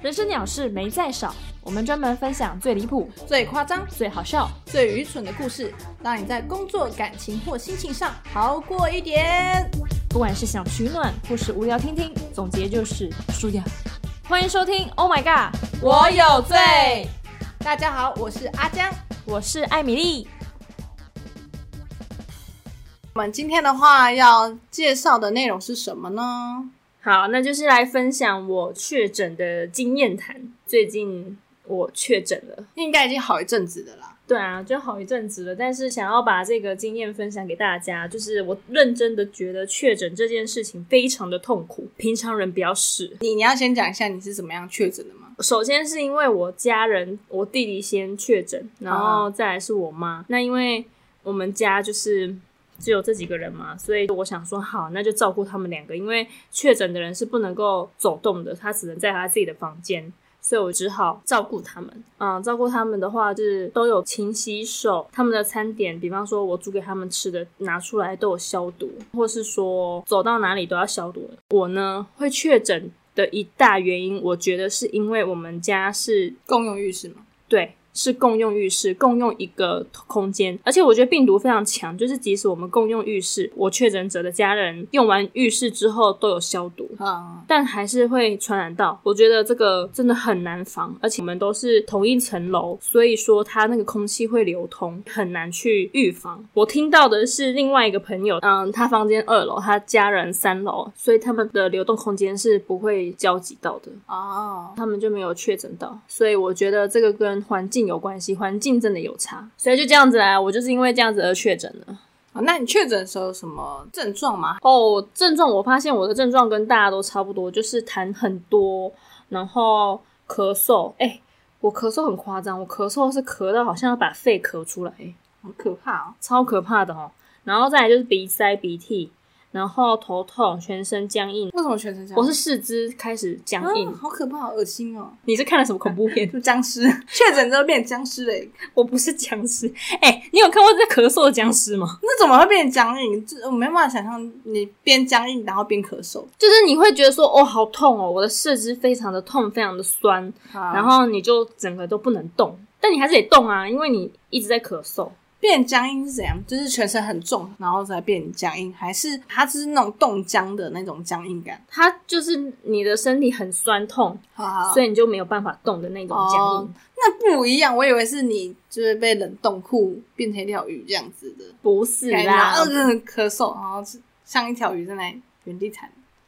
人生鸟事没在少，我们专门分享最离谱、最夸张、最好笑、最愚蠢的故事，让你在工作、感情或心情上好过一点。不管是想取暖或是无聊听听，总结就是舒压。欢迎收听，Oh my god，我有罪。大家好，我是阿江。我是艾米丽。我们今天的话要介绍的内容是什么呢？好，那就是来分享我确诊的经验谈。最近我确诊了，应该已经好一阵子的啦。对啊，就好一阵子了。但是想要把这个经验分享给大家，就是我认真的觉得确诊这件事情非常的痛苦，平常人不要试。你你要先讲一下你是怎么样确诊的吗？首先是因为我家人，我弟弟先确诊，然后再来是我妈。那因为我们家就是只有这几个人嘛，所以我想说好，那就照顾他们两个。因为确诊的人是不能够走动的，他只能在他自己的房间，所以我只好照顾他们。嗯，照顾他们的话，就是都有勤洗手，他们的餐点，比方说我煮给他们吃的，拿出来都有消毒，或是说走到哪里都要消毒。我呢会确诊的一大原因，我觉得是因为我们家是共用浴室吗？对，是共用浴室，共用一个空间。而且我觉得病毒非常强，就是即使我们共用浴室，我确诊者的家人用完浴室之后都有消毒，啊，但还是会传染到。我觉得这个真的很难防，而且我们都是同一层楼，所以说它那个空气会流通，很难去预防。我听到的是另外一个朋友，嗯，他房间二楼，他家人三楼，所以他们的流动空间是不会交集到的。哦，他们就没有确诊到，所以我觉得这个跟环境有关系，环境真的有差，所以就这样子啦，我就是因为这样子而确诊了。啊那你确诊的时候有什么症状吗？哦，症状我发现我的症状跟大家都差不多，就是痰很多，然后咳嗽，哎、我咳嗽很夸张，我咳嗽是咳到好像要把肺咳出来，好可怕哦！超可怕的哦。然后再来就是鼻塞、鼻涕，然后头痛、全身僵硬，为什么全身这样？我是四肢开始僵硬。啊，好可怕，好恶心哦！你是看了什么恐怖 片？就僵尸， 确诊之后变僵尸嘞，我不是僵尸，哎、你有看过在咳嗽的僵尸吗？那怎么会变僵硬？这我没办法想象你边僵硬然后边咳嗽，就是你会觉得说，哦，好痛哦，我的四肢非常的痛，非常的酸，然然后你就整个都不能动，但你还是得动啊，因为你一直在咳嗽。变僵硬是怎样？就是全身很重，然后才变僵硬，还是它只是那种冻僵的那种僵硬感？它就是你的身体很酸痛，好好所以以你就没有办法动的那种僵硬。哦那不一样，我以为是你就是被冷冻库变成一条鱼这样子的，不是感觉啦，呃咳嗽，然后是像一条鱼在那里原地弹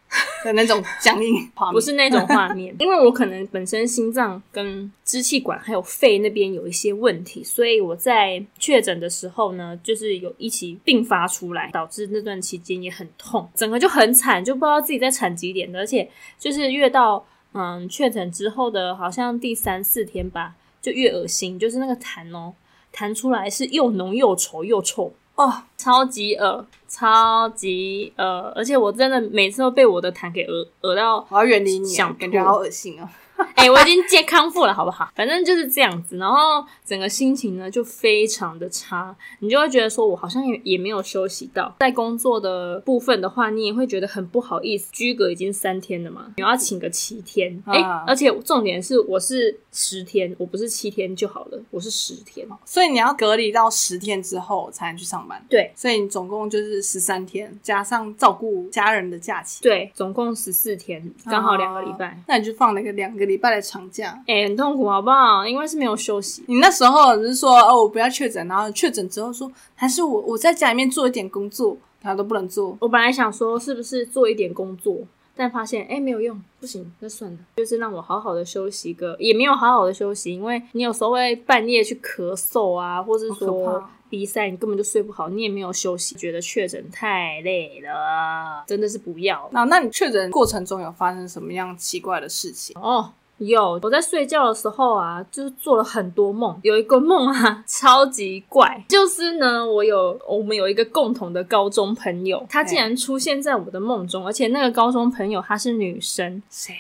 的那种僵硬画面，不是那种画面，因为我可能本身心脏跟支气管还有肺那边有一些问题，所以我在确诊的时候呢，就是有一起并发出来，导致那段期间也很痛，整个就很惨，就不知道自己在惨几点的，而且就是越到嗯确诊之后的，好像第三四天吧，就越恶心，就是那个痰哦，痰出来是又浓又稠又臭，哦，超级恶，超级恶，而且我真的每次都被我的痰给恶恶到。我要远离你啊、想吐感觉好恶心哦。 哎、我已经健康复了，好不好？反正就是这样子，然后整个心情呢就非常的差，你就会觉得说我好像也也没有休息到。在工作的部分的话，你也会觉得很不好意思，居隔已经三天了嘛，你要请个七天，哎、啊而且重点是我是十天，我不是七天就好了，我是十天。所以你要隔离到十天之后才能去上班，对所以你总共就是十三天，加上照顾家人的假期，对，总共十四天，刚好两个礼拜。那你就放了一个两个礼拜的长假。哎、很痛苦，好不好？因为是没有休息。你那时候就是说，哦，我不要确诊，然后确诊之后说，还是我我在家里面做一点工作，然后都不能做，我本来想说是不是做一点工作，但发现哎、诶没有用，不行，那算了，就是让我好好的休息个，也没有好好的休息，因为你有时候会半夜去咳嗽啊，或是好可说怕鼻塞，你根本就睡不好，你也没有休息，觉得确诊太累了，真的是不要那那你确诊过程中有发生什么样奇怪的事情？哦。有，我在睡觉的时候啊，就是做了很多梦，有一个梦啊， 超级怪，就是呢，我有我们有一个共同的高中朋友，她竟然出现在我的梦中，而且那个高中朋友她是女生，谁呀、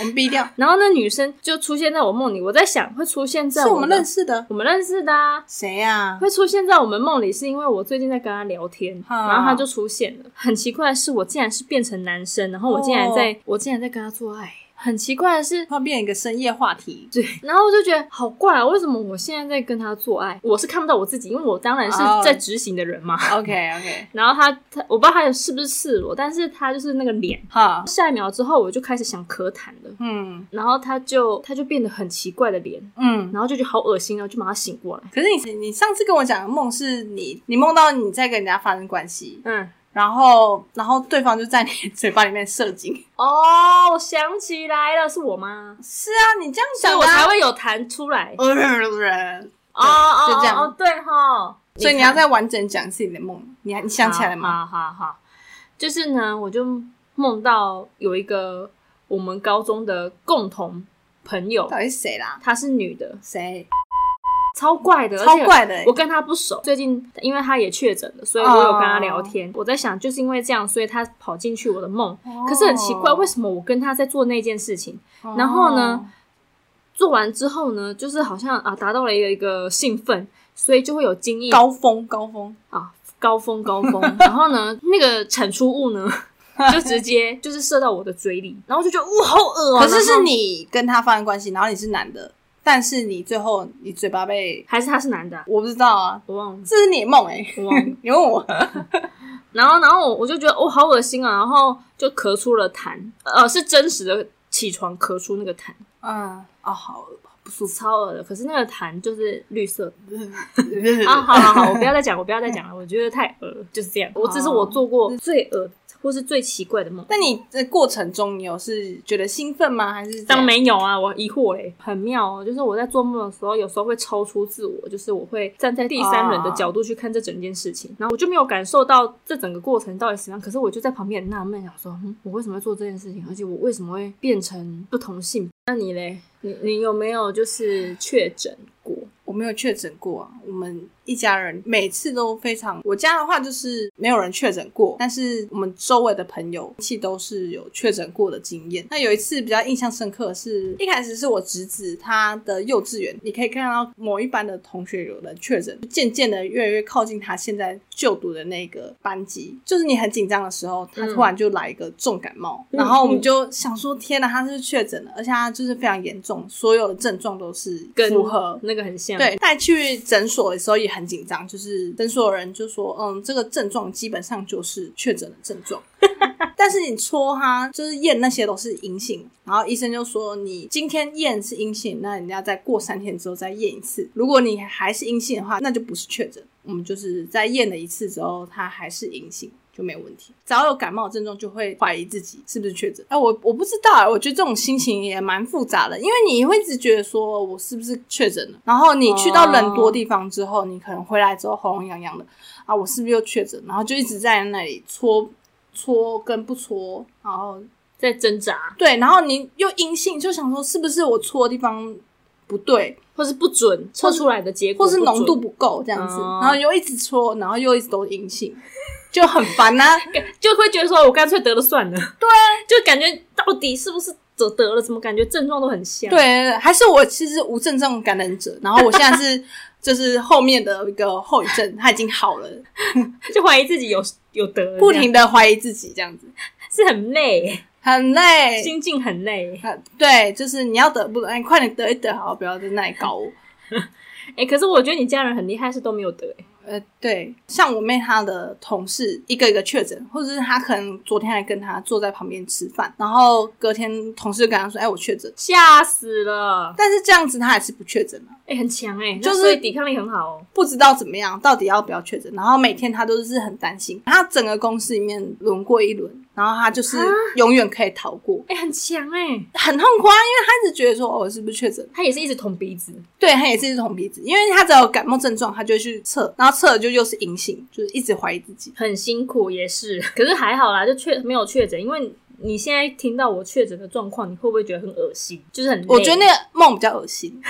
我们毙掉，然后那女生就出现在我梦里，我在想会出现在是我们们认识识的我们认识的啊。谁呀、会出现在我们梦里，是因为我最近在跟她聊天，啊然后她就哦出现了。很奇怪的是，我竟然是变成男生，然后我竟然在，我竟然在跟她做爱，很奇怪的是，突然变一个深夜话题，对，然后我就觉得好怪、啊，为什么我现在在跟他做爱？我是看不到我自己，因为我当然是哦在执行的人嘛。 OK OK，然后他他，我不知道他有是不是赤裸，但是他就是那个脸。好，下一秒之后，我就开始想咳痰了，嗯然后他就他就变得很奇怪的脸，嗯。然后就觉得好恶心，哦然后就马上醒过来。可是你你上次跟我讲的梦是你你梦到你在跟人家发生关系，嗯，然后然后对方就在你嘴巴里面射精。哦，我想起来了，是我吗？是啊，你这样所以讲我的啊才会有痰出来。哦对哦就这样哦，哦对哈。所以你看要再完整讲一次你的梦，你还你想起来了吗？好好好，就是呢，我就梦到有一个我们高中的共同朋友到，底是谁啦？她是女的，谁？超怪的，超。怪的欸、哦我跟她不熟，最近因为她也确诊了，所以我有跟她聊天。我在想，就是因为这样，所以她跑进去我的梦。哦可是很奇怪，为什么我跟她在做那件事情，么然后呢？做完之后呢，就是好像啊达到了一个一个兴奋，所以就会有精液哦高峰，高峰，啊，高峰高峰，然后呢，那个产出物呢，就直接就是射到我的嘴里，然后就觉得哇，好恶啊！可是然是后你跟他发生关系，然后你是男的，但是你最后你嘴巴被还是他是男的啊、我不知道啊，我忘了，这是你的梦哎、我忘了。你问我，然后，然后我我就觉得哦，好恶心啊！然后就咳出了痰，呃，是真实的起床咳出那个痰，嗯，哦，好不舒服，超恶的。可是那个痰就是绿色的啊！好好好，我不要再讲，我不要再讲了，我觉得太恶了，就是这样。我这是我做过最恶或是最奇怪的梦。那你在过程中，你有是觉得兴奋吗？还是怎当样没有啊，我疑惑哎、很妙哦。就是我在做梦的时候，有时候会超出自我，就是我会站在第三人的角度去看这整件事情，然后我就没有感受到这整个过程到底什么样。可是我就在旁边很纳闷，想说，嗯，我为什么要做这件事情？而且我为什么会变成不同性？那你嘞？你你有没有就是确诊过？我没有确诊过啊，我们一家人每次都非常。我家的话就是没有人确诊过，但是我们周围的朋友亲戚都是有确诊过的经验。那有一次比较印象深刻的是，一开始是我侄子他的幼稚园，你可以看到某一班的同学有人确诊，渐渐的越来越靠近他现在就读的那个班级。就是你很紧张的时候，他突然就来一个重感冒，嗯然后我们就想说：天哪，他是不是确诊了，而且他就是非常严重，所有的症状都是跟符合那个很像，对，带去诊所的时候也很紧张，就是诊所的人就说，嗯，这个症状基本上就是确诊的症状。 但是你戳哈，就是验那些都是阴性，然后医生就说你今天验是阴性，那人家再过三天之后再验一次，如果你还是阴性的话，那就不是确诊。我们就是在验了一次之后，它还是阴性。就没有问题。只要有感冒症状，就会怀疑自己是不是确诊。哎、我我不知道、哎，我觉得这种心情也蛮复杂的，因为你会一直觉得说我是不是确诊了，然后你去到人多地方之后，你可能回来之后喉咙痒痒的，啊，我是不是又确诊？然后就一直在那里搓搓跟不搓，然后在挣扎对，然后你又阴性，就想说是不是我搓的地方不对，或是不准测出来的结果或不是准，浓度不够这样子，哦然后又一直搓，然后又一直都阴性，就很烦呐、就会觉得说我干脆得了算了。对，就感觉到底是不是得得了？怎么感觉症状都很像？对，还是我其实无症状感染者，然后我现在是就是后面的一个后遗症，他已经好了，就怀疑自己有有得了，不停的怀疑自己这样子，这样是很累，很累。心境很累。啊对，就是你要得不得，哎，快点得一得好，不要在那里搞我。哎、可是我觉得你家人很厉害，是都没有得、欸。呃，对，像我妹她的同事一个一个确诊，或者是她可能昨天还跟她坐在旁边吃饭，然后隔天同事就跟她说：“哎，我确诊。吓死了”！但是这样子她还是不确诊啊哎、很强哎、就是那所以抵抗力很好哦、不知道怎么样，到底要不要确诊。然后每天他都是很担心，他整个公司里面轮过一轮，然后他就是永远可以逃过，哎、很强哎、很痛苦啊，因为他一直觉得说，哦，我是不是确诊？他也是一直捅鼻子，对他也是一种鼻子，因为他只要有感冒症状，他就会去测，然后测了就又是阴性，就是一直怀疑自己。很辛苦也是。 可是还好啦，就确没有确诊，因为你现在听到我确诊的状况，你会不会觉得很恶心？就是很累，我觉得那个梦比较恶心，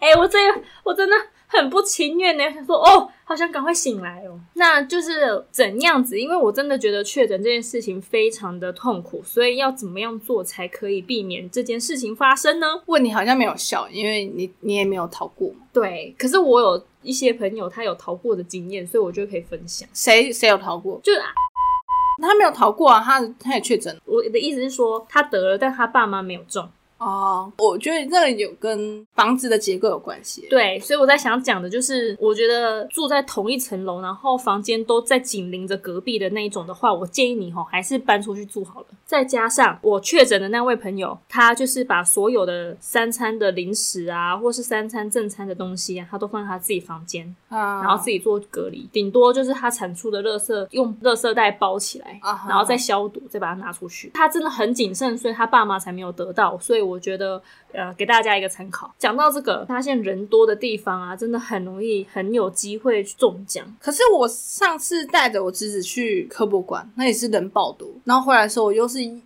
哎、我这我真的很不情愿呢，想说哦，好想赶快醒来哦。那就是怎样子？因为我真的觉得确诊这件事情非常的痛苦，所以要怎么样做才可以避免这件事情发生呢？问你好像没有笑，因为你你也没有逃过嘛。对，可是我有一些朋友他有逃过的经验，所以我就可以分享。谁谁有逃过？就是啊他没有逃过啊，他他也确诊了我的意思是说，他得了，但他爸妈没有中。哦。我觉得这个有跟房子的结构有关系。对，所以我在想讲的就是，我觉得住在同一层楼，然后房间都在紧邻着隔壁的那一种的话，我建议你吼还是搬出去住好了。再加上我确诊的那位朋友，他就是把所有的三餐的零食啊，或是三餐正餐的东西啊，他都放在他自己房间，啊，然后自己做隔离，顶多就是他产出的垃圾用垃圾袋包起来，啊哈然后再消毒，再把它拿出去。他真的很谨慎，所以他爸妈才没有得到。所以我觉得，呃，给大家一个参考。讲到这个，发现人多的地方啊，真的很容易很有机会中奖。可是我上次带着我侄子去科博馆，那也是人爆多，然后回来的时候我又是一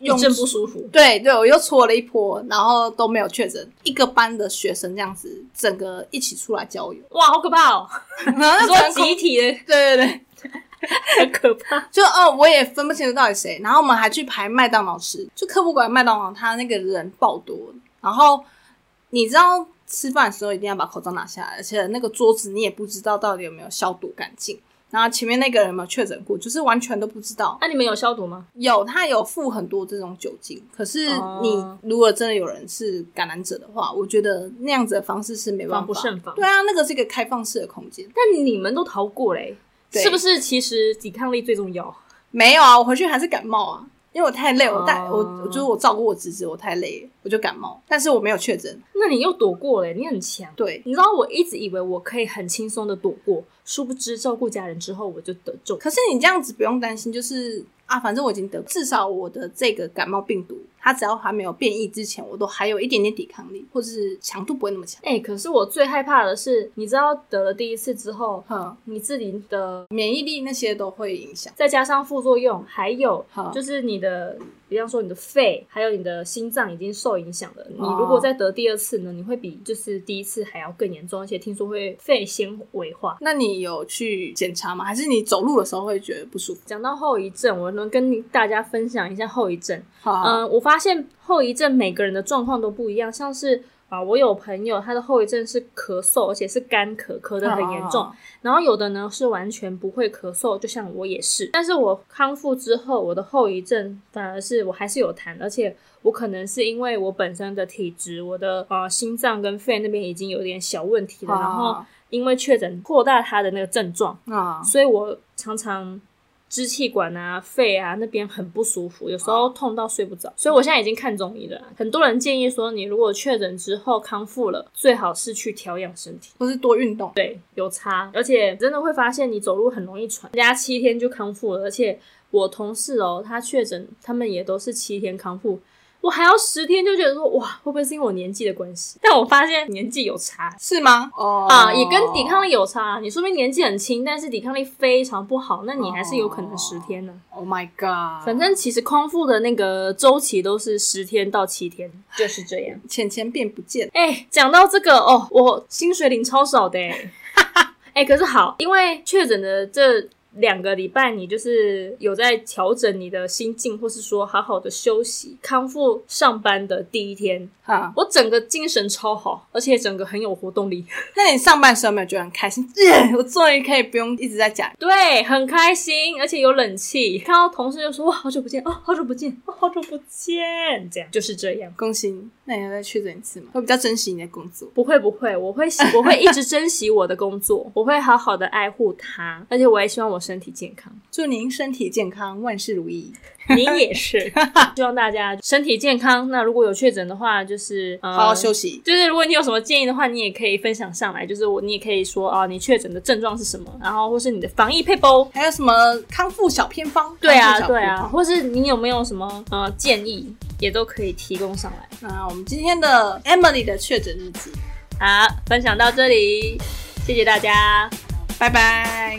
用阵不舒服，对对，我又搓了一波，然后都没有确诊。一个班的学生这样子，整个一起出来郊 游，哇，好可怕哦！然后你就说整个集体的对对对，很可怕，就哦，我也分不清楚到底谁。然后我们还去排麦当劳吃，就科普馆麦当劳，它那个人爆多。然后你知道吃饭的时候一定要把口罩拿下来，而且那个桌子你也不知道到底有没有消毒干净。然后前面那个人有没有确诊过，就是完全都不知道。 那、你们有消毒吗？有，它有附很多这种酒精。可是哦你如果真的有人是感染者的话，我觉得那样子的方式是没办防法。不胜防。对啊，那个是一个开放式的空间。但你们都逃过嘞、对是不是？其实抵抗力最重要。没有啊，我回去还是感冒啊，因为我太累，我带、哦我我就是我照顾我侄子，我太累了，我就感冒，但是我没有确诊。那你又躲过嘞、你很强。对，你知道，我一直以为我可以很轻松的躲过，殊不知照顾家人之后我就得中。可是你这样子不用担心，就是啊，反正我已经得，至少我的这个感冒病毒，它只要还没有变异之前，我都还有一点点抵抗力，或者是强度不会那么强。哎、可是我最害怕的是，你知道得了第一次之后，嗯，你自己的免疫力那些都会影响。再加上副作用，还有好就是你的，比方说你的肺，还有你的心脏已经受影响了。你哦如果再得第二次呢，你会比就是第一次还要更严重，而且听说会肺纤维化。那你有去检查吗？还是你走路的时候会觉得不舒服？讲到后遗症，我能跟大家分享一下后遗症。好嗯、我发现后遗症每个人的状况都不一样，像是啊，我有朋友他的后遗症是咳嗽，而且是干咳，咳得很严重。啊然后有的呢是完全不会咳嗽，就像我也是。但是我康复之后，我的后遗症反而是我还是有痰，而且我可能是因为我本身的体质，我的呃心脏跟肺那边已经有点小问题了，啊然后因为确诊扩大它的那个症状，啊所以我常常支气管啊、肺啊那边很不舒服，有时候痛到睡不着。所以我现在已经看中医了。很多人建议说，你如果确诊之后康复了，最好是去调养身体。或是多运动。对，有差，而且真的会发现你走路很容易喘，人家七天就康复了，而且我同事哦，他确诊，他们也都是七天康复，我还要十天就觉得说，哇，会不会是因为我年纪的关系？但我发现年纪有差，是吗？哦啊，也跟抵抗力有差、你说明年纪很轻，但是抵抗力非常不好，那你还是有可能十天呢、 Oh my god！哦反正其实康复的那个周期都是十天到七天，就是这样。钱钱变不见，哎、讲到这个哦，我薪水领超少的、 欸，哎、可是好，因为确诊的这两个礼拜，你就是有在调整你的心境，或是说好好的休息，康复上班的第一天，哈。我整个精神超好，而且整个很有活动力。那你上班的时候有没有觉得很开心？ 耶我终于可以不用一直在家里。对，很开心，而且有冷气。看到同事就说：“哇，好久不见哦，好久不见哦，好久不见。”这样就是这样。恭喜你，那你要再确诊一次吗？会比较珍惜你的工作。不会不会，我会喜我会一直珍惜我的工作，我会好好的爱护它，而且我也希望我身体健康。祝您身体健康，万事如意。你也是，希望大家身体健康。那如果有确诊的话，就是呃好好休息。就是如果你有什么建议的话，你也可以分享上来。就是我，你也可以说啊，你确诊的症状是什么，然后或是你的防疫配包。还有什么康复小偏方？对啊康，复小对偏啊，方。或是你有没有什么呃建议，也都可以提供上来。那我们今天的 Emily 的确诊日记，好，分享到这里，谢谢大家。拜拜。